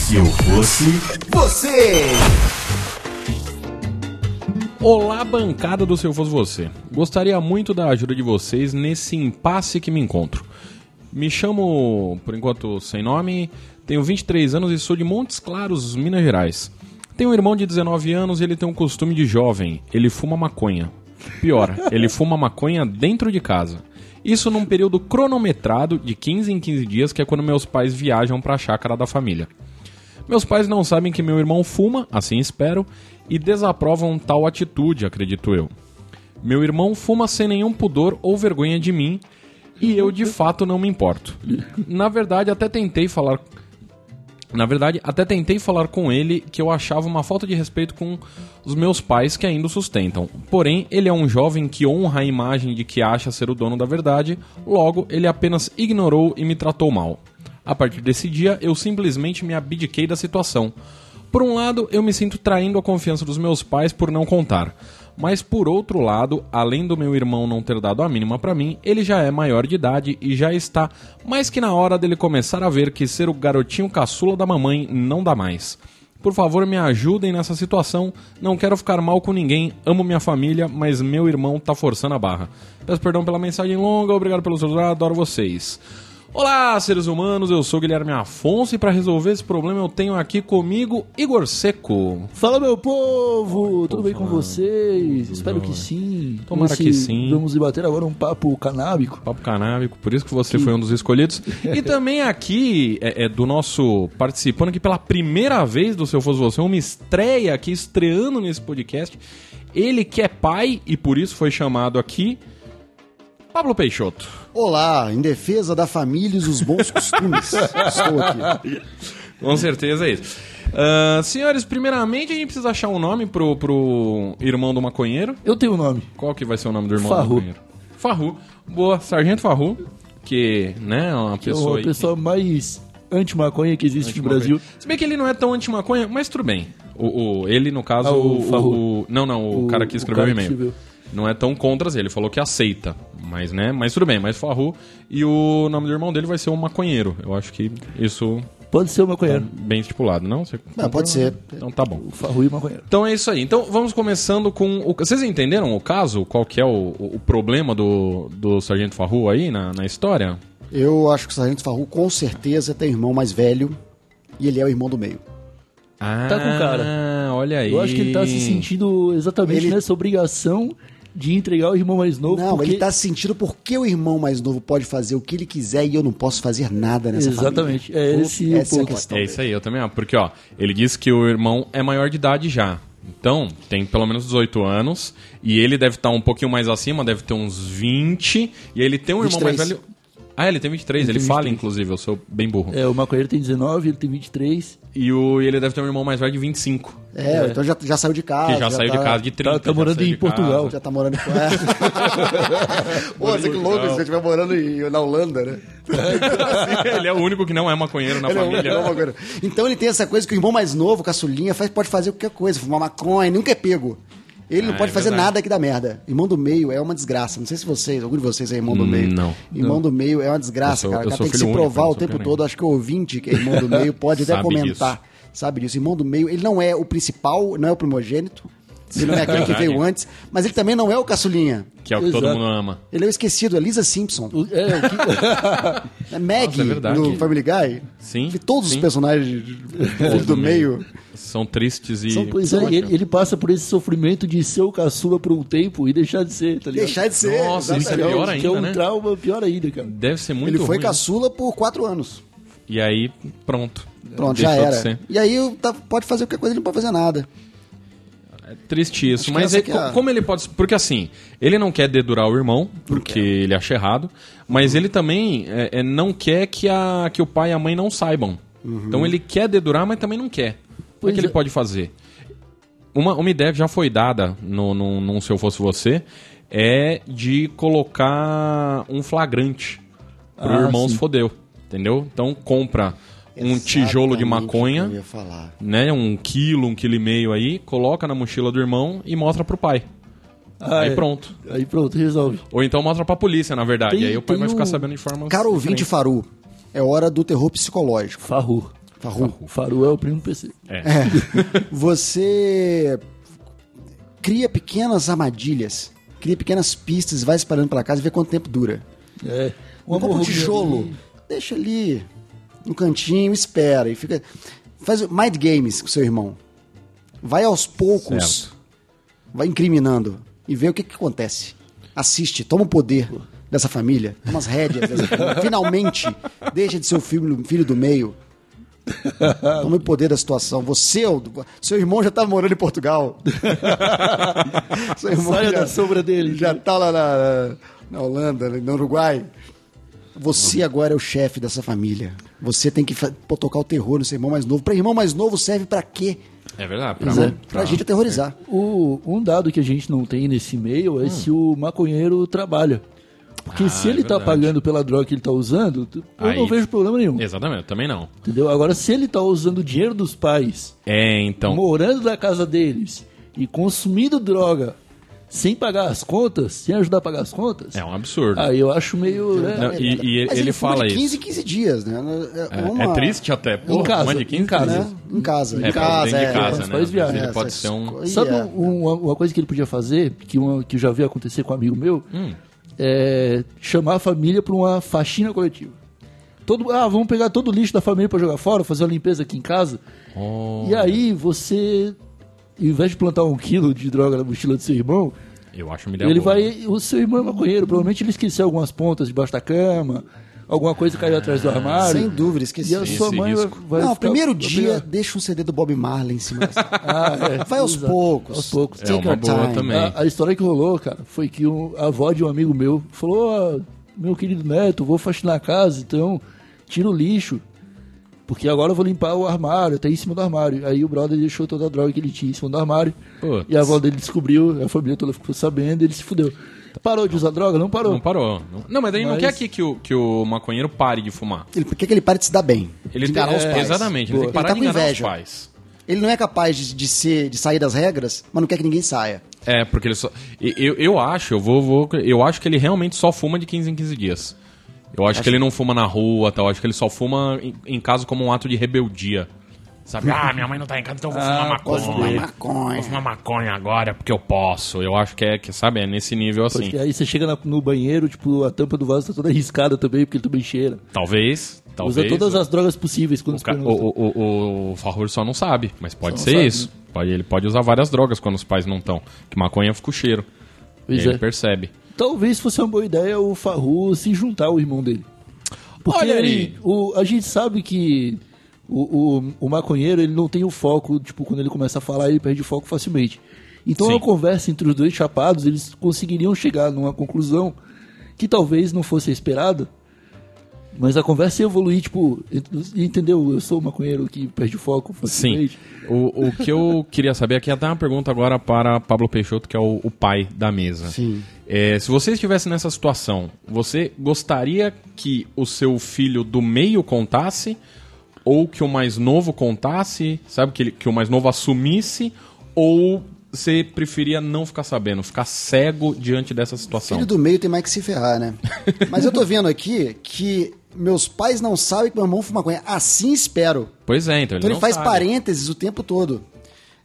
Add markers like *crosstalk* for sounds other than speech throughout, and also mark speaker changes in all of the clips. Speaker 1: Se eu fosse você.
Speaker 2: Olá, bancada do Se Eu Fosse Você. Gostaria muito da ajuda de vocês nesse impasse que me encontro. Me chamo, por enquanto, sem nome, tenho 23 anos e sou de Montes Claros, Minas Gerais. Tenho um irmão de 19 anos e ele tem um costume de jovem. Ele fuma maconha. Pior, *laughs* ele fuma maconha dentro de casa. Isso num período cronometrado de 15 em 15 dias, que é quando meus pais viajam para a chácara da família. Meus pais não sabem que meu irmão fuma, assim espero, e desaprovam tal atitude, acredito eu. Meu irmão fuma sem nenhum pudor ou vergonha de mim, e eu de fato não me importo. Na verdade, até tentei falar. Na verdade, até tentei falar com ele que eu achava uma falta de respeito com os meus pais que ainda o sustentam. Porém, ele é um jovem que honra a imagem de que acha ser o dono da verdade, logo, ele apenas ignorou e me tratou mal. A partir desse dia, eu simplesmente me abdiquei da situação. Por um lado, eu me sinto traindo a confiança dos meus pais por não contar. Mas por outro lado, além do meu irmão não ter dado a mínima pra mim, ele já é maior de idade e já está mais que na hora dele começar a ver que ser o garotinho caçula da mamãe não dá mais. Por favor, me ajudem nessa situação. Não quero ficar mal com ninguém. Amo minha família, mas meu irmão tá forçando a barra. Peço perdão pela mensagem longa, obrigado pelo seu adoro vocês. Olá, seres humanos, eu sou Guilherme Afonso e para resolver esse problema eu tenho aqui comigo Igor Seco.
Speaker 3: Fala meu povo, tudo bem com vocês? Espero que sim.
Speaker 2: Tomara
Speaker 3: Nesse-
Speaker 2: que sim.
Speaker 3: Vamos debater agora um papo canábico.
Speaker 2: Papo canábico, por isso que você foi um dos escolhidos. E também aqui é, é do nosso participando aqui pela primeira vez do Se Eu Fosse Você, uma estreia aqui, estreando nesse podcast. Ele que é pai e por isso foi chamado aqui, Pablo Peixoto.
Speaker 4: Olá, em defesa da família e dos
Speaker 3: *laughs*
Speaker 4: bons costumes. Estou aqui.
Speaker 2: Com certeza é isso. Ah, senhores, primeiramente a gente precisa achar um nome pro, pro irmão do maconheiro.
Speaker 3: Eu tenho um nome.
Speaker 2: Qual que vai ser o nome do irmão
Speaker 3: Farru.
Speaker 2: do maconheiro? Farru. Boa, Sargento Farru, que, né, é uma
Speaker 3: É
Speaker 2: pessoa
Speaker 3: a
Speaker 2: aí
Speaker 3: pessoa mais anti-maconha que existe
Speaker 2: que-
Speaker 3: no Brasil.
Speaker 2: Se bem que ele não é tão anti-maconha, mas tudo bem. O, o- ele, no caso,
Speaker 3: Ah, o
Speaker 2: o,
Speaker 3: Farru.
Speaker 2: o- Não, não, o,
Speaker 3: O-
Speaker 2: cara que
Speaker 3: o
Speaker 2: escreveu o
Speaker 3: cara que
Speaker 2: e-mail.
Speaker 3: escreveu.
Speaker 2: Não é tão contra ele falou que aceita. Mas, né, mas tudo bem, mas Farru. E o nome do irmão dele vai ser o maconheiro. Eu acho que isso
Speaker 3: Pode ser o maconheiro.
Speaker 2: bem estipulado, não? Você
Speaker 4: Não, pode ser.
Speaker 2: Então tá bom.
Speaker 3: O farrui maconheiro.
Speaker 2: Então é isso aí. Então vamos começando com. O... Vocês entenderam o caso? Qual que é o, o o problema do, do Sargento Farru aí na, na história?
Speaker 4: Eu acho que o Sargento Farru com certeza tem irmão mais velho e ele é o irmão do meio.
Speaker 2: Ah,
Speaker 3: Tá com cara.
Speaker 2: Olha aí.
Speaker 3: Eu acho que ele tá se sentindo exatamente
Speaker 4: Ele-
Speaker 3: nessa obrigação de entregar o irmão mais novo.
Speaker 4: Não,
Speaker 3: porque...
Speaker 4: ele tá sentindo porque o irmão mais novo pode fazer o que ele quiser e eu não posso fazer nada nessa
Speaker 3: Exatamente,
Speaker 4: família.
Speaker 3: é esse
Speaker 4: Essa
Speaker 3: o
Speaker 4: é a
Speaker 3: ponto.
Speaker 4: questão.
Speaker 2: É isso aí, eu também. acho. Porque, ó, ele disse que o irmão é maior de idade já. Então, tem pelo menos 18 anos. E ele deve estar um pouquinho mais acima, deve ter uns 20. E ele tem um irmão mais
Speaker 4: 23.
Speaker 2: velho. Ah, ele tem 23, ele fala, inclusive, eu sou bem burro.
Speaker 3: É, o maconheiro tem 19, ele tem 23.
Speaker 2: E, o, e ele deve ter um irmão mais velho de 25.
Speaker 4: É, então já, já saiu de casa.
Speaker 2: que já, saiu
Speaker 4: tá-
Speaker 2: de casa de 30.
Speaker 3: tá
Speaker 2: já
Speaker 3: morando
Speaker 2: saiu
Speaker 3: em
Speaker 2: de casa.
Speaker 3: Portugal.
Speaker 4: Já tá morando em. É. Pô, você que louco se eu estiver morando em- na Holanda, né?
Speaker 2: *laughs* ele é o único que não é maconheiro na
Speaker 4: Ele é um-
Speaker 2: família.
Speaker 4: é uma coisa. Então ele tem essa coisa que o irmão mais novo, caçulinha, faz, pode fazer qualquer coisa, fumar maconha, nunca é pego. Ele não
Speaker 2: Ah,
Speaker 4: pode
Speaker 2: é
Speaker 4: fazer
Speaker 2: verdade.
Speaker 4: nada que dá merda. Irmão do meio é uma desgraça. Não sei se vocês, algum de vocês é irmão do
Speaker 2: Hum,
Speaker 4: meio.
Speaker 2: não.
Speaker 4: Irmão do meio é uma
Speaker 2: Eu
Speaker 4: desgraça,
Speaker 2: sou-
Speaker 4: cara.
Speaker 2: eu
Speaker 4: O cara
Speaker 2: sou
Speaker 4: tem que se
Speaker 2: filho único,
Speaker 4: provar
Speaker 2: eu
Speaker 4: o
Speaker 2: não sou
Speaker 4: tempo
Speaker 2: carente.
Speaker 4: todo. Acho que o ouvinte que é irmão do meio pode até
Speaker 2: Sabe
Speaker 4: comentar. Sabe disso? Irmão do meio, ele não é o principal, não é o primogênito. Ele não é aquele que
Speaker 2: *laughs* Verdade.
Speaker 4: veio antes, mas ele também não é o caçulinha.
Speaker 2: Que é o que todo
Speaker 3: Exato.
Speaker 2: mundo ama.
Speaker 4: Ele é o esquecido, é Lisa Simpson.
Speaker 3: O- É,
Speaker 2: *laughs*
Speaker 3: o que...
Speaker 4: É Maggie
Speaker 2: Nossa, é verdade.
Speaker 4: do Family Guy.
Speaker 2: Sim,
Speaker 4: Que todos
Speaker 2: sim.
Speaker 4: os personagens do, do meio.
Speaker 2: São tristes e.
Speaker 3: São coisas- é, ele, ele passa por esse sofrimento de ser o caçula por um tempo e deixar de ser, tá ligado?
Speaker 4: Deixar de ser.
Speaker 2: Nossa, isso é
Speaker 4: exatamente.
Speaker 2: pior
Speaker 3: Que é
Speaker 2: ainda,
Speaker 3: um
Speaker 2: né?
Speaker 3: trauma pior ainda, cara.
Speaker 2: Deve ser muito
Speaker 4: Ele foi
Speaker 2: ruim.
Speaker 4: caçula por quatro anos.
Speaker 2: E aí, pronto.
Speaker 4: Pronto,
Speaker 2: Deixou
Speaker 4: já
Speaker 2: de
Speaker 4: era.
Speaker 2: ser.
Speaker 4: E aí tá- pode fazer qualquer coisa, ele não pode fazer nada.
Speaker 2: É triste isso.
Speaker 4: Acho que
Speaker 2: Mas
Speaker 4: essa
Speaker 2: é
Speaker 4: que
Speaker 2: co-
Speaker 4: é a-
Speaker 2: como ele pode. Porque assim, ele não quer dedurar o irmão, porque ele acha errado. Mas ele também é, é, não quer que, a, que o pai e a mãe não saibam.
Speaker 4: Uhum.
Speaker 2: Então ele quer dedurar, mas também não quer. o que
Speaker 3: Pois
Speaker 2: que ele
Speaker 3: é.
Speaker 2: pode fazer? Uma, uma ideia que já foi dada no, no, num Se Eu Fosse Você é de colocar um flagrante pro
Speaker 3: Ah,
Speaker 2: irmão se
Speaker 3: sim.
Speaker 2: fodeu. Entendeu? Então compra um tijolo de
Speaker 4: Exatamente é o que
Speaker 2: maconha
Speaker 4: Eu ia falar.
Speaker 2: né, um quilo, um quilo e meio aí, coloca na mochila do irmão e mostra pro pai.
Speaker 3: Ah,
Speaker 2: aí
Speaker 3: é.
Speaker 2: pronto.
Speaker 3: Aí pronto, resolve.
Speaker 2: Ou então mostra pra polícia, na verdade.
Speaker 3: Tem-
Speaker 2: aí o pai
Speaker 3: tem
Speaker 2: vai
Speaker 3: um-
Speaker 2: ficar sabendo de forma. *laughs*
Speaker 4: Caro ouvinte Faru, é hora do terror psicológico.
Speaker 3: Farru.
Speaker 4: Farru.
Speaker 3: Faru é o primo do PC.
Speaker 2: É.
Speaker 4: Você cria pequenas armadilhas, cria pequenas pistas, vai espalhando pela casa e vê quanto tempo dura.
Speaker 3: É.
Speaker 4: Não compra um tijolo, deixa ali no cantinho, espera e fica faz o- mind games com seu irmão. Vai aos poucos, vai incriminando e vê o que, que acontece. Assiste, toma o poder dessa família, toma as rédeas dessa *laughs* família. Finalmente, deixa de ser o filho, filho do meio. Toma é o poder da situação. Você, é o- seu irmão já tá morando
Speaker 2: *laughs*
Speaker 4: em Portugal. seu
Speaker 3: Saia da sombra dele.
Speaker 4: já tá lá na, na Holanda, no Uruguai.
Speaker 2: Uhum.
Speaker 4: Você agora é o chefe dessa família. Você tem que fa- pô, tocar o terror no seu irmão mais novo. Pra irmão mais novo serve pra quê?
Speaker 2: É verdade. Pra,
Speaker 4: Pra,
Speaker 2: pra,
Speaker 4: pra gente aterrorizar.
Speaker 3: O, um dado que a gente não tem nesse e-mail é
Speaker 4: Hum.
Speaker 3: se o maconheiro trabalha. Porque se
Speaker 2: é
Speaker 3: ele tá
Speaker 2: verdade.
Speaker 3: pagando pela droga que ele tá usando, tu- eu
Speaker 2: Aí-
Speaker 3: não vejo problema nenhum.
Speaker 2: Exatamente, eu também não.
Speaker 3: Entendeu? Agora, se ele tá usando o dinheiro dos pais,
Speaker 2: É, então.
Speaker 3: morando na casa deles e consumindo droga sem pagar as contas, sem ajudar a pagar as contas,
Speaker 2: É um absurdo.
Speaker 3: aí eu eu acho meio. né,
Speaker 2: Não, É. e e ele,
Speaker 4: Mas
Speaker 2: ele
Speaker 4: fuma
Speaker 2: fala
Speaker 4: de 15
Speaker 2: isso.
Speaker 4: em 15 dias, né?
Speaker 2: É,
Speaker 4: uma-
Speaker 2: é triste até. Porra,
Speaker 3: casa,
Speaker 2: uma de 15
Speaker 3: em casa.
Speaker 2: dias.
Speaker 4: Né? Em casa.
Speaker 2: É,
Speaker 4: em casa,
Speaker 2: dentro
Speaker 4: é.
Speaker 2: de casa,
Speaker 3: os
Speaker 2: né?
Speaker 3: pais
Speaker 2: Às vezes
Speaker 3: viajam.
Speaker 2: Ele pode
Speaker 4: Essas
Speaker 2: ser um...
Speaker 4: coisas.
Speaker 3: Sabe
Speaker 4: é.
Speaker 3: um- uma, uma coisa que ele podia fazer, que, uma, que eu já vi acontecer com um amigo meu,
Speaker 2: Hum.
Speaker 3: é chamar a família para uma faxina coletiva. Todo, ah, vamos pegar todo o lixo da família para jogar fora, fazer uma limpeza aqui em casa.
Speaker 2: Oh,
Speaker 3: E aí você, ao invés de plantar um quilo de droga na mochila do seu irmão,
Speaker 2: Eu acho uma ideia
Speaker 3: ele
Speaker 2: boa.
Speaker 3: vai. O seu irmão é maconheiro, provavelmente ele esqueceu algumas pontas debaixo da cama, alguma coisa caiu atrás do armário.
Speaker 4: Sem dúvida,
Speaker 3: E
Speaker 4: esqueci.
Speaker 3: a sua
Speaker 2: esse
Speaker 3: mãe vai,
Speaker 2: risco.
Speaker 3: vai
Speaker 4: Não,
Speaker 3: ficar-
Speaker 4: primeiro
Speaker 3: vai
Speaker 4: dia,
Speaker 3: brigar.
Speaker 4: deixa um CD do Bob Marley em cima
Speaker 3: *laughs*
Speaker 4: da sala.
Speaker 3: Ah, é.
Speaker 4: Vai aos
Speaker 3: Exato.
Speaker 4: poucos.
Speaker 3: Aos poucos.
Speaker 2: É uma boa também.
Speaker 3: A, a história que rolou, cara, foi que um- a avó de um amigo meu falou: "Ó, meu querido neto, vou faxinar a casa, então tira o lixo. Porque agora eu vou limpar o armário, tá aí em cima do armário. Aí o brother deixou toda a droga que ele tinha em cima do armário.
Speaker 2: Putz.
Speaker 3: E a avó dele descobriu, a família toda ficou sabendo, ele se fudeu. Parou de usar droga? Não parou.
Speaker 2: Não parou. Não, não, mas daí não
Speaker 3: Mas-
Speaker 2: quer aqui que o, que o maconheiro pare de fumar.
Speaker 4: Ele, por que que ele para de se dar bem?
Speaker 2: Ele
Speaker 4: de
Speaker 2: tem,
Speaker 4: enganar os
Speaker 2: é,
Speaker 4: pais.
Speaker 2: Exatamente, ele tem que
Speaker 4: Ele
Speaker 2: parar
Speaker 4: tá
Speaker 2: de
Speaker 4: com
Speaker 2: enganar
Speaker 4: inveja.
Speaker 2: os pais.
Speaker 4: Ele não é capaz de, de ser, de sair das regras, mas não quer que ninguém saia.
Speaker 2: É, porque ele só. e- Eu, eu acho, eu vou, vou. Eu acho que ele realmente só fuma de 15 em 15 dias. Eu acho, que ele não fuma na rua tal, eu acho que ele só fuma em, em casa como um ato de rebeldia. Sabe? Ah, minha mãe não tá em casa, então eu vou
Speaker 3: Ah,
Speaker 2: fumar maconha.
Speaker 4: fumar maconha.
Speaker 2: Vou fumar maconha agora porque eu posso. Eu acho que é, que, sabe, é nesse nível assim.
Speaker 3: Porque aí você chega na- no banheiro, tipo, a tampa do vaso tá toda arriscada também, porque ele também cheira.
Speaker 2: Talvez.
Speaker 3: Usa
Speaker 2: Talvez.
Speaker 3: todas as drogas possíveis quando
Speaker 2: O,
Speaker 3: se
Speaker 2: ca-
Speaker 3: pergunta.
Speaker 2: o, o, o, o Farrour só não sabe, mas pode
Speaker 3: Só
Speaker 2: ser
Speaker 3: não sabe, né?
Speaker 2: isso. Pode- ele pode usar várias drogas quando os pais não estão. Que maconha fica o cheiro. E
Speaker 3: Pois
Speaker 2: aí ele
Speaker 3: é.
Speaker 2: percebe.
Speaker 3: Talvez fosse uma boa ideia o Farru se juntar ao irmão dele. Porque
Speaker 2: Olha aí.
Speaker 3: ele- o, a gente sabe que o, o, o maconheiro ele não tem o foco, tipo, quando ele começa a falar, ele perde o foco facilmente. Então,
Speaker 2: Sim.
Speaker 3: uma conversa entre os dois chapados, eles conseguiriam chegar numa conclusão que talvez não fosse a esperada, mas a conversa ia evoluir, tipo, ent- entendeu? Eu sou o maconheiro que perde o foco
Speaker 2: Sim.
Speaker 3: facilmente.
Speaker 2: O, o que eu queria saber aqui, é até uma pergunta agora para Pablo Peixoto, que é o, o pai da mesa.
Speaker 4: Sim.
Speaker 2: É, se você estivesse nessa situação, você gostaria que o seu filho do meio contasse? Ou que o mais novo contasse? Sabe, que, ele- que o mais novo assumisse? Ou você preferia não ficar sabendo, ficar cego diante dessa situação?
Speaker 4: Filho do meio tem mais que se ferrar,
Speaker 2: *laughs*
Speaker 4: né? Mas eu tô vendo aqui que meus pais não sabem que meu irmão fuma maconha. Assim espero.
Speaker 2: Pois é, então ele,
Speaker 4: Então ele
Speaker 2: não
Speaker 4: faz
Speaker 2: sabe.
Speaker 4: parênteses o tempo todo.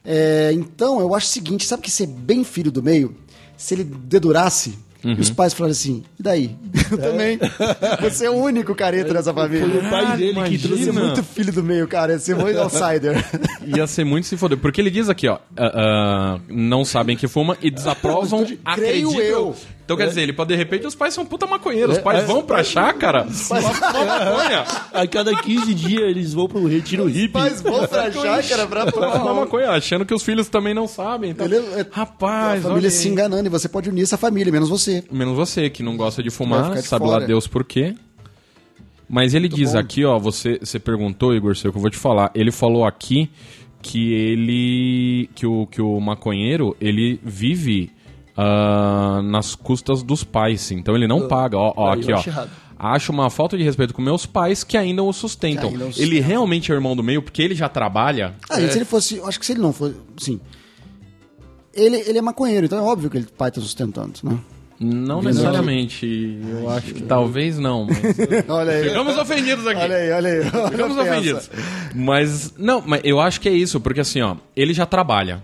Speaker 4: É, então eu acho o seguinte: sabe que ser bem filho do meio, se ele dedurasse.
Speaker 2: Uhum.
Speaker 4: E os pais falaram assim, e daí? *laughs* Eu também. Você é o único careta dessa
Speaker 3: Foi
Speaker 4: família.
Speaker 3: o pai
Speaker 2: Caralho,
Speaker 3: dele que
Speaker 2: tá Ah, imagina.
Speaker 3: trouxe
Speaker 4: Você é muito filho do meio, cara. Você é
Speaker 2: *laughs*
Speaker 4: muito outsider.
Speaker 2: Ia ser muito se foder. Porque ele diz aqui, ó. ah, ah, não sabem que fuma e
Speaker 4: *laughs*
Speaker 2: desaprovam.
Speaker 4: creio
Speaker 2: acreditam.
Speaker 4: eu. É.
Speaker 2: Então quer dizer, ele pode, de repente, os pais são puta maconheiros. Os pais
Speaker 3: é.
Speaker 2: vão pra chácara. Só fumar maconha.
Speaker 3: A cada 15 dias eles vão pro retiro hippie.
Speaker 4: Mas vou pra chácara pra
Speaker 2: Só fumar
Speaker 4: tomar
Speaker 2: maconha, achando que os filhos também não sabem. Então,
Speaker 4: Ele é-
Speaker 2: Rapaz,
Speaker 4: A família
Speaker 2: olha
Speaker 4: se
Speaker 2: aí.
Speaker 4: enganando e você pode unir essa família, menos você.
Speaker 2: Menos você, que não gosta de
Speaker 4: Vai
Speaker 2: fumar,
Speaker 4: ficar de
Speaker 2: sabe
Speaker 4: fora. Tá
Speaker 2: lá Deus por quê. Mas ele diz
Speaker 4: bom.
Speaker 2: aqui, ó, você, você perguntou, Igor, sei o que eu vou te falar. Ele falou aqui que ele. que o, que o maconheiro, ele vive ah, nas custas dos pais, então ele
Speaker 4: Ah,
Speaker 2: não paga. Ó, ó
Speaker 3: aí,
Speaker 2: aqui,
Speaker 3: eu
Speaker 2: ó.
Speaker 3: acho errado.
Speaker 2: Acho uma falta de respeito com meus pais que ainda o sustentam.
Speaker 4: Que ainda o
Speaker 2: ele realmente é o irmão do meio, porque ele já trabalha.
Speaker 4: Ah, gente, se ele fosse. eu Acho que se ele é não fosse. Sim. Ele, ele é maconheiro, então é óbvio que ele, o pai tá sustentando, né? *laughs*
Speaker 2: Não necessariamente. Eu acho que talvez não. Mas...
Speaker 4: Olha aí.
Speaker 2: Ficamos ofendidos aqui.
Speaker 4: Olha aí, olha
Speaker 2: *laughs*
Speaker 4: aí.
Speaker 2: Ficamos
Speaker 4: Pensa.
Speaker 2: ofendidos. Mas, não, mas eu acho que é isso, porque assim, ó, ele já trabalha.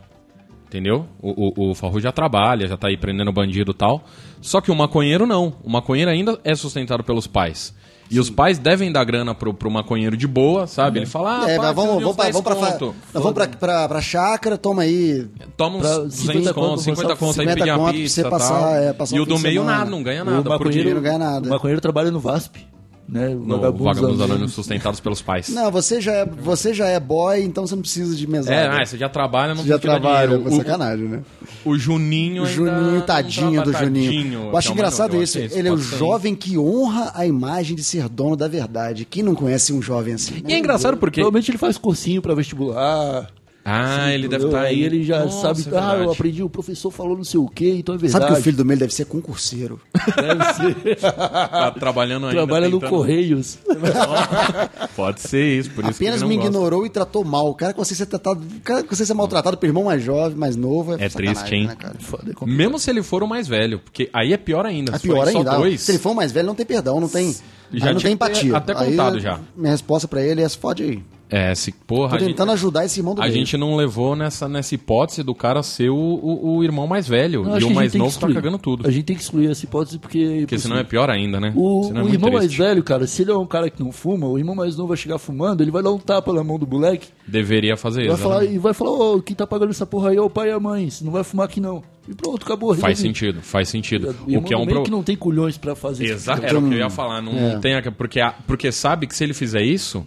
Speaker 2: Entendeu? O, o, o Farru já trabalha, já tá aí prendendo bandido e tal. Só que o maconheiro não. O maconheiro ainda é sustentado pelos pais. E os pais devem dar grana pro, pro maconheiro de boa, sabe? Ele fala, ah,
Speaker 4: É,
Speaker 2: pai, preciso
Speaker 4: mas vamos,
Speaker 2: de
Speaker 4: vamos,
Speaker 2: uns
Speaker 4: pra,
Speaker 2: 10
Speaker 4: vamos, pra, fa-
Speaker 2: conto.
Speaker 4: nós vamos pra, pra, pra chácara, toma aí.
Speaker 2: Toma uns
Speaker 3: Pra
Speaker 2: 200
Speaker 3: 50 conto,
Speaker 2: conto, 50 conto, aí
Speaker 4: 50
Speaker 2: pedir uma
Speaker 4: conto pra
Speaker 2: pizza
Speaker 4: você
Speaker 2: e tal.
Speaker 4: passar, é, passar
Speaker 2: e
Speaker 4: um
Speaker 2: o do
Speaker 4: fim de
Speaker 2: meio
Speaker 4: semana.
Speaker 2: nada, não ganha
Speaker 3: O
Speaker 2: nada. por dinheiro
Speaker 4: não ganha nada.
Speaker 3: O maconheiro trabalha no VASP, né? O
Speaker 2: Não, vagabundos, vagabundos
Speaker 3: anônimos.
Speaker 2: anônimos sustentados pelos pais.
Speaker 4: Não, você já, é, você já é boy, então você não precisa de mesada.
Speaker 2: É, ah, você já trabalha, não
Speaker 4: Você já
Speaker 2: precisa de
Speaker 4: trabalha,
Speaker 2: dinheiro.
Speaker 4: pô, sacanagem, né?
Speaker 2: O, o Juninho
Speaker 4: O
Speaker 2: ainda
Speaker 4: Juninho,
Speaker 2: não
Speaker 4: tadinho do
Speaker 2: trabalha,
Speaker 4: Juninho.
Speaker 2: tadinho,
Speaker 4: Eu acho
Speaker 2: calma,
Speaker 4: engraçado
Speaker 2: não, eu
Speaker 4: isso.
Speaker 2: achei
Speaker 4: Ele é o
Speaker 2: bastante.
Speaker 4: jovem que honra a imagem de ser dono da verdade. Quem não conhece um jovem assim?
Speaker 2: E é engraçado porque...
Speaker 3: Provavelmente ele faz cursinho pra vestibular.
Speaker 2: Ah, ele deve
Speaker 3: entendeu?
Speaker 2: estar
Speaker 3: Aí
Speaker 2: aí.
Speaker 3: ele já
Speaker 2: Nossa,
Speaker 3: sabe,
Speaker 2: é
Speaker 3: ah,
Speaker 2: verdade.
Speaker 3: eu aprendi, o professor falou não sei o quê, então é verdade.
Speaker 4: Sabe que o filho do meio deve ser concurseiro.
Speaker 3: Deve *laughs* ser.
Speaker 2: Tá trabalhando ainda.
Speaker 3: Trabalha no
Speaker 2: tentando-
Speaker 3: Correios.
Speaker 2: Pode ser isso, por isso que
Speaker 4: Apenas
Speaker 2: ele não
Speaker 4: me
Speaker 2: gosta.
Speaker 4: ignorou e tratou mal. O cara consegue ser tratado. O cara consegue ser maltratado pelo irmão mais jovem, mais novo.
Speaker 2: É
Speaker 4: sacanagem,
Speaker 2: triste, hein?
Speaker 4: Né, cara?
Speaker 3: Foda, é complicado.
Speaker 2: Mesmo se ele for o mais velho, porque aí é pior ainda.
Speaker 4: É
Speaker 2: se forem
Speaker 4: pior
Speaker 2: só
Speaker 4: ainda.
Speaker 2: dois,
Speaker 4: Se ele for mais velho, não tem perdão, não tem.
Speaker 2: Já
Speaker 4: aí não
Speaker 2: tinha que
Speaker 4: tem
Speaker 2: ter
Speaker 4: empatia.
Speaker 2: até
Speaker 4: Aí,
Speaker 2: contado já.
Speaker 4: Minha resposta pra ele é: se fode aí.
Speaker 2: É, se, porra,
Speaker 4: Tô
Speaker 2: a gente-
Speaker 4: tentando ajudar esse irmão do
Speaker 2: A
Speaker 4: meio.
Speaker 2: gente não levou nessa, nessa hipótese do cara ser o, o, o irmão mais velho.
Speaker 3: Não,
Speaker 2: e
Speaker 3: acho
Speaker 2: o
Speaker 3: que a gente
Speaker 2: mais
Speaker 3: tem que
Speaker 2: novo tá
Speaker 3: excluir.
Speaker 2: cagando tudo.
Speaker 3: A gente tem que excluir essa hipótese porque.
Speaker 2: Porque senão é pior ainda, né?
Speaker 3: O,
Speaker 2: senão é
Speaker 3: o
Speaker 2: muito
Speaker 3: irmão mais
Speaker 2: triste.
Speaker 3: velho, cara, se ele é um cara que não fuma, o irmão mais novo vai chegar fumando, ele vai dar um tapa na mão do moleque
Speaker 2: Deveria fazer
Speaker 3: vai
Speaker 2: isso. né?
Speaker 3: falar, e vai falar, ô, quem tá pagando essa porra aí é o pai e a mãe, você não vai fumar aqui não. E pronto, acabou.
Speaker 2: Faz
Speaker 3: resolvido.
Speaker 2: sentido, faz sentido.
Speaker 3: E
Speaker 2: O que é um
Speaker 3: meio
Speaker 2: pro...
Speaker 3: que não tem culhões pra fazer esse
Speaker 2: Exato,
Speaker 3: tipo
Speaker 2: era o que eu ia falar. Não
Speaker 4: É.
Speaker 2: tem a... porque, a- porque sabe que se ele fizer isso,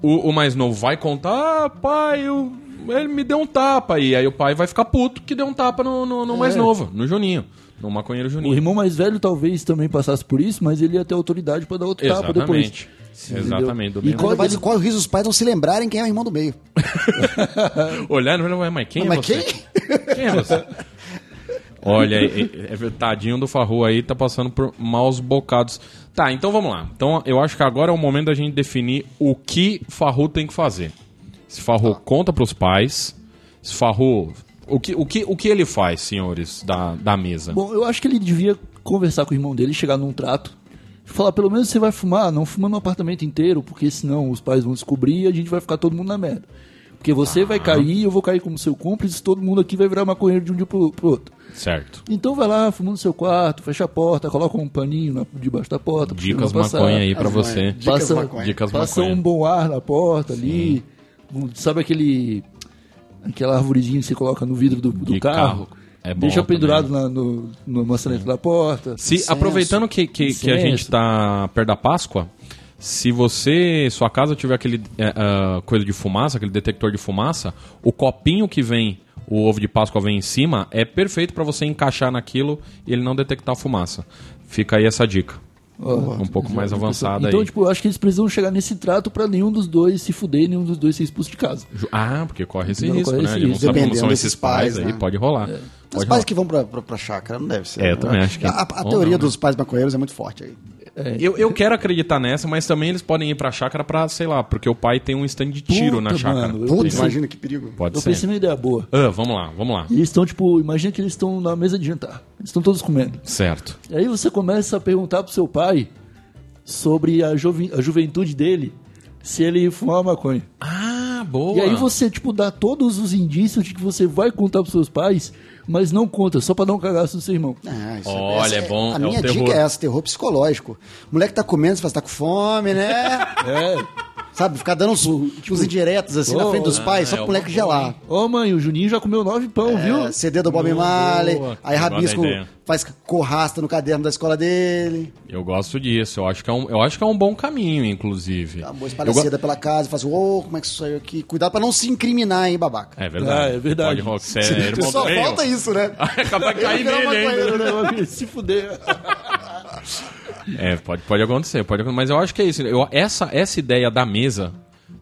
Speaker 2: o, o mais novo vai contar, ah, pai, eu- ele me deu um tapa. E aí o pai vai ficar puto que deu um tapa no, no, no
Speaker 3: É.
Speaker 2: mais novo, no Juninho. No maconheiro
Speaker 3: de- O
Speaker 2: Juninho.
Speaker 3: irmão mais velho talvez também passasse por isso, mas ele ia ter autoridade pra dar outro tapa depois.
Speaker 2: Exatamente.
Speaker 3: entendeu?
Speaker 2: Exatamente. do
Speaker 3: E
Speaker 2: mesmo
Speaker 3: qual-
Speaker 4: Ainda mais qual é o riso dos pais não se lembrarem quem é o irmão do meio.
Speaker 2: Olhar não vai,
Speaker 3: Ah,
Speaker 2: mas quem é
Speaker 4: Mas
Speaker 2: você? Quem é você? Olha, é- é- é- tadinho do Farru aí, tá passando por maus bocados. Tá, então vamos lá. Então eu acho que agora é o momento da gente definir o que Farru tem que fazer. Se Farru
Speaker 3: Tá.
Speaker 2: conta pros pais, se Farru. O que, o, que, o que ele faz, senhores, da, da mesa?
Speaker 3: Bom, eu acho que ele devia conversar com o irmão dele, chegar num trato, falar, pelo menos você vai fumar, não fuma no apartamento inteiro, porque senão os pais vão descobrir e a gente vai ficar todo mundo na merda. Porque você vai cair, eu vou cair como seu cúmplice, todo mundo aqui vai virar maconheiro de um dia pro, pro outro.
Speaker 2: Certo.
Speaker 3: Então vai lá, fuma no seu quarto, fecha a porta, coloca um paninho na- debaixo da porta. pro
Speaker 2: Dicas
Speaker 3: chuva passar.
Speaker 2: maconha aí pra você.
Speaker 4: maconha. Dicas
Speaker 3: Passa,
Speaker 4: maconha.
Speaker 2: Dicas
Speaker 3: passa
Speaker 2: maconha.
Speaker 3: um bom ar na porta ali. Um- Sabe aquele. Aquela arvorezinha que você coloca no vidro do, do
Speaker 2: De
Speaker 3: carro?
Speaker 2: carro. É bom
Speaker 3: Deixa
Speaker 2: também. É.
Speaker 3: pendurado na, no, no maçaneta da porta.
Speaker 2: Se,
Speaker 4: Incenso.
Speaker 2: aproveitando que, que, que a
Speaker 3: Incenso.
Speaker 2: gente tá perto da Páscoa, se você, sua casa tiver aquele eh, ah, coisa de fumaça, aquele detector de fumaça, o copinho que vem, o ovo de Páscoa vem em cima, é perfeito para você encaixar naquilo e ele não detectar a fumaça. Fica aí essa dica.
Speaker 3: Ó,
Speaker 2: um pouco mais avançada
Speaker 3: então,
Speaker 2: aí.
Speaker 3: tipo, eu acho que eles precisam chegar nesse trato pra nenhum dos dois se fuder e nenhum dos dois ser expulso de casa.
Speaker 2: Ju- Ah, porque corre esse
Speaker 3: Não,
Speaker 2: risco,
Speaker 3: então
Speaker 2: né?
Speaker 3: corre
Speaker 2: Eles
Speaker 3: esse
Speaker 2: não
Speaker 3: risco.
Speaker 2: sabem como
Speaker 4: Dependendo
Speaker 2: são
Speaker 4: desses
Speaker 2: esses pais,
Speaker 4: pais,
Speaker 2: aí,
Speaker 4: né?
Speaker 2: pode
Speaker 3: É.
Speaker 2: rolar.
Speaker 4: Os
Speaker 2: Pode
Speaker 4: pais
Speaker 2: rolar.
Speaker 4: que vão pra, pra, pra chácara, não deve ser.
Speaker 2: É, eu
Speaker 4: né?
Speaker 2: também acho que-
Speaker 4: A, a- a
Speaker 2: ou
Speaker 4: teoria
Speaker 2: não, né?
Speaker 4: dos pais maconheiros é muito forte aí.
Speaker 2: Eu, eu quero acreditar nessa, mas também eles podem ir pra chácara pra, sei lá, porque o pai tem um stand de tiro
Speaker 3: Puta,
Speaker 2: na chácara.
Speaker 3: mano, eu
Speaker 4: Putz,
Speaker 3: pensei-
Speaker 4: imagina que perigo.
Speaker 2: Pode
Speaker 3: Eu
Speaker 2: ser. né?
Speaker 3: pensei numa ideia boa.
Speaker 2: Ah, vamos lá, vamos lá.
Speaker 3: E eles estão, tipo, imagina que eles estão na mesa de jantar. Eles estão todos comendo.
Speaker 2: Certo.
Speaker 3: E aí você começa a perguntar pro seu pai sobre a, juven- a juventude dele, se ele fumava maconha.
Speaker 2: Ah, boa.
Speaker 3: E aí você, tipo, dá todos os indícios de que você vai contar pros seus pais, mas não conta, só pra não cagar no seu irmão.
Speaker 4: Ah, isso
Speaker 2: Olha,
Speaker 4: essa
Speaker 2: é bom,
Speaker 4: A
Speaker 2: é o
Speaker 4: minha
Speaker 2: terror.
Speaker 4: dica é essa, terror psicológico. O moleque tá comendo, você fala, tá com fome,
Speaker 2: *laughs*
Speaker 4: né?
Speaker 3: É.
Speaker 4: Sabe, ficar dando uns, uns indiretos assim na
Speaker 3: Oh,
Speaker 4: frente dos pais,
Speaker 2: ah, Tipo, é
Speaker 4: só pro
Speaker 2: uma
Speaker 4: moleque gelar.
Speaker 3: Ô mãe, o Juninho já comeu nove pão,
Speaker 2: *laughs*
Speaker 4: É,
Speaker 3: viu?
Speaker 4: CD do Bob Marley,
Speaker 2: Boa,
Speaker 4: aí
Speaker 2: que
Speaker 4: rabisco,
Speaker 2: boa ideia.
Speaker 4: faz corrasta no caderno da escola dele,
Speaker 2: Eu gosto disso. Eu acho que é um, eu acho que é um bom caminho, inclusive.
Speaker 4: dá uma Tá, boa
Speaker 2: Eu go-
Speaker 4: espalhacida pela casa, faz, ô, como é que isso saiu aqui? Cuidado pra não se incriminar, hein, babaca.
Speaker 2: É verdade.
Speaker 3: Ah, é verdade.
Speaker 2: Pode rock, você é irmão
Speaker 4: Só
Speaker 2: do meio.
Speaker 4: falta
Speaker 2: *laughs*
Speaker 4: isso, né?
Speaker 2: Acaba de cair
Speaker 4: Ele virou
Speaker 2: nele ainda.
Speaker 4: maconheiro, né?
Speaker 3: Se fuder.
Speaker 2: É, pode, pode acontecer, pode acontecer. Mas eu acho que é isso. Eu- essa, essa ideia da mesa,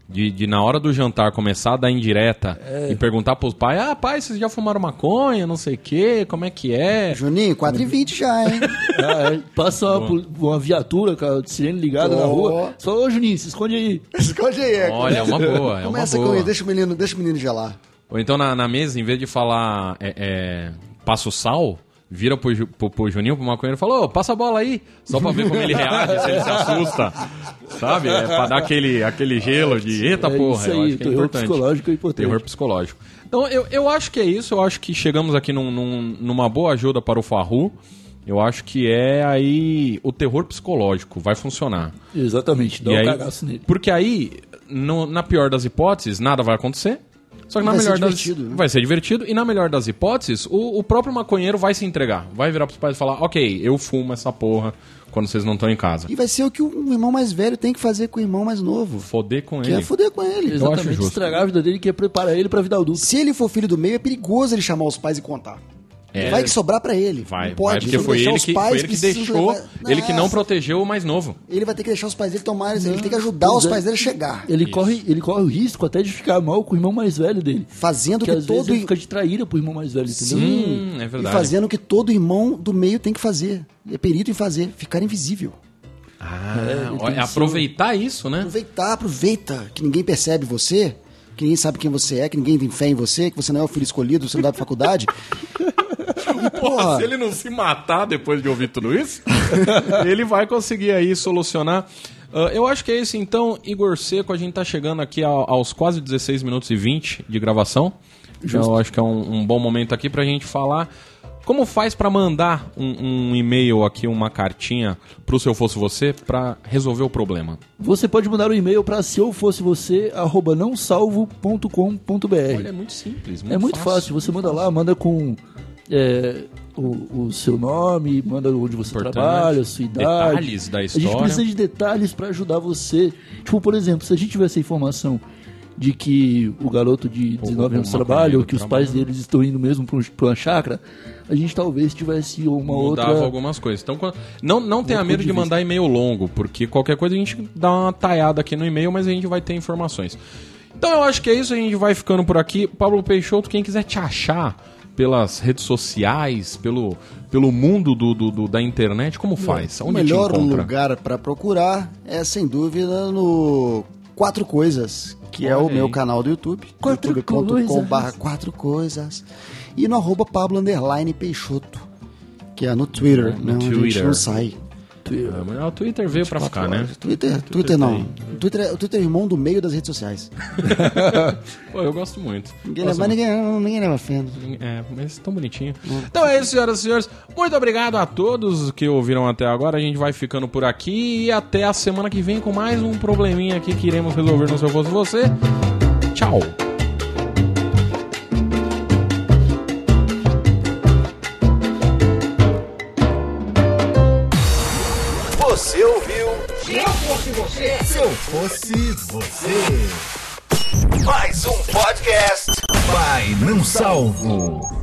Speaker 2: de, de na hora do jantar começar a dar indireta e perguntar pros pais, ah, pai, vocês já fumaram maconha, não sei o quê, como é que é?
Speaker 4: Juninho, 4h20 já, *laughs* hein?
Speaker 3: Ah, é. Passa uma, pol- uma viatura com a sirene ligada na
Speaker 4: Ó.
Speaker 3: rua. Só, ô Juninho, se esconde aí.
Speaker 4: Esconde aí, é,
Speaker 2: Olha, é uma boa, é uma
Speaker 4: Começa
Speaker 2: boa.
Speaker 4: com ele, deixa o menino, deixa o menino gelar.
Speaker 2: Ou então na, na mesa, em vez de falar é, é, passa o sal, vira pro, Ju- pro, pro Juninho, pro maconheiro e fala, ô, passa a bola aí, só pra ver como ele reage, se ele se assusta, sabe? É pra dar aquele, aquele gelo de, eita
Speaker 3: É
Speaker 2: porra,
Speaker 3: isso
Speaker 2: eu
Speaker 3: aí,
Speaker 2: acho que é
Speaker 3: terror
Speaker 2: importante.
Speaker 3: psicológico é importante.
Speaker 2: Terror psicológico. Então, eu, eu acho que é isso, eu acho que chegamos aqui num, num- numa boa ajuda para o Farru, eu acho que é aí o terror psicológico, vai funcionar.
Speaker 3: Exatamente, dá
Speaker 2: E
Speaker 3: um
Speaker 2: aí-
Speaker 3: cagaço nele.
Speaker 2: Porque aí, no- na pior das hipóteses, nada vai acontecer. Só que na
Speaker 4: Vai ser
Speaker 2: melhor das
Speaker 4: divertido, né?
Speaker 2: vai ser divertido e na melhor das hipóteses, o, o próprio maconheiro vai se entregar, vai virar pros pais e falar: "OK, eu fumo essa porra quando vocês não estão em casa".
Speaker 4: E vai ser o que um irmão mais velho tem que fazer com o irmão mais novo.
Speaker 2: Foder com
Speaker 4: Que é
Speaker 2: ele.
Speaker 4: foder com ele.
Speaker 2: acho
Speaker 3: Exatamente,
Speaker 2: justo.
Speaker 3: estragar a vida dele que é preparar ele pra vida adulta.
Speaker 4: Se ele for filho do meio, é perigoso ele chamar os pais e contar.
Speaker 2: É.
Speaker 4: Vai que sobrar pra ele.
Speaker 2: Vai, vai,
Speaker 4: não pode.
Speaker 2: porque
Speaker 4: Se
Speaker 2: foi
Speaker 4: deixar
Speaker 2: ele
Speaker 4: os
Speaker 2: que,
Speaker 4: pais,
Speaker 2: foi ele que
Speaker 4: precisa
Speaker 2: deixou,
Speaker 4: levar-
Speaker 2: ele que não
Speaker 4: Nossa,
Speaker 2: protegeu o mais novo.
Speaker 4: Ele vai ter que deixar os pais dele tomarem, ele tem que ajudar
Speaker 3: Pois
Speaker 4: os
Speaker 3: é.
Speaker 4: pais dele a chegar.
Speaker 3: Ele corre, ele corre o risco até de ficar mal com o irmão mais velho dele.
Speaker 4: Fazendo
Speaker 3: Porque
Speaker 4: que
Speaker 3: às vezes
Speaker 4: todo
Speaker 3: ele fica de traíra pro irmão mais velho, entendeu?
Speaker 2: Hum, é
Speaker 4: e
Speaker 2: verdade.
Speaker 4: fazendo o que todo irmão do meio tem que fazer. É perito em fazer, ficar invisível.
Speaker 2: Ah,
Speaker 4: É,
Speaker 3: ele
Speaker 2: olha,
Speaker 3: tem que ser-
Speaker 2: aproveitar isso, né?
Speaker 4: Aproveitar, aproveita que ninguém percebe você, que ninguém sabe quem você é, que ninguém tem fé em você, que você não é o filho escolhido, você não vai pra *laughs* faculdade.
Speaker 2: Porra,
Speaker 4: Porra.
Speaker 2: se ele não se matar depois de ouvir tudo isso, *laughs* ele vai conseguir aí solucionar. Ah, eu acho que é isso então, Igor Seco. A gente tá chegando aqui ao- aos quase 16 minutos e 20 de gravação. Eu acho que é um, um bom momento aqui pra gente falar como faz pra mandar um, um e-mail aqui, uma cartinha pro Se Eu Fosse Você pra resolver o problema.
Speaker 3: Você pode mandar um e-mail pra se eu fosse você, arroba nãosalvo.com.br.
Speaker 2: Olha, é muito simples.
Speaker 3: É muito fácil, você manda lá, manda com é, o, o seu nome, manda onde você
Speaker 2: Importante.
Speaker 3: trabalha, a sua idade.
Speaker 2: Detalhes da
Speaker 3: A gente
Speaker 2: história.
Speaker 3: precisa de detalhes pra ajudar você. Tipo, por exemplo, se a gente tivesse a informação de que o garoto de 19
Speaker 2: o
Speaker 3: anos trabalha, ou que os
Speaker 2: maconheiro
Speaker 3: pais deles estão indo mesmo pra um- pra uma chácara, a gente talvez tivesse uma
Speaker 2: mudava
Speaker 3: outra...
Speaker 2: algumas coisas. Então, quando- não, não tenha medo de
Speaker 3: de
Speaker 2: mandar e-mail longo, porque qualquer coisa a gente dá uma taiada aqui no e-mail, mas a gente vai ter informações. Então eu acho que é isso, a gente vai ficando por aqui. Pablo Peixoto, quem quiser te achar pelas redes sociais, pelo, pelo mundo do, do- do- da internet, como faz?
Speaker 4: o
Speaker 2: Então, Onde te
Speaker 4: melhor
Speaker 2: encontra?
Speaker 4: lugar pra procurar é, sem dúvida, no Quatro Coisas, que é o
Speaker 2: Olha
Speaker 4: meu
Speaker 2: aí.
Speaker 4: canal do YouTube.
Speaker 3: Quatro
Speaker 4: youtube.com/barra
Speaker 3: Coisas.
Speaker 4: Quatro Coisas. E no arroba Pablo Underline Peixoto, que é no Twitter,
Speaker 2: No
Speaker 4: né, onde a gente
Speaker 2: Twitter.
Speaker 4: não sai.
Speaker 2: É, mas O Twitter veio pra ficar, né?
Speaker 4: Twitter, Twitter não. Twitter, é- o Twitter é o irmão do meio das redes sociais.
Speaker 2: né? *laughs* Pô, eu gosto muito.
Speaker 4: Ninguém
Speaker 2: Gosto
Speaker 4: leva, ninguém, ninguém leva fé. né?
Speaker 2: É, mas tão bonitinho. Então é isso, senhoras e senhores. Muito obrigado a todos que ouviram até agora. A gente vai ficando por aqui e até a semana que vem com mais um probleminha aqui que iremos resolver no Se Eu Fosse Você. Tchau.
Speaker 1: Você ouviu? Se eu fosse você. Se eu fosse você. Mais um podcast. Vai, não salvo.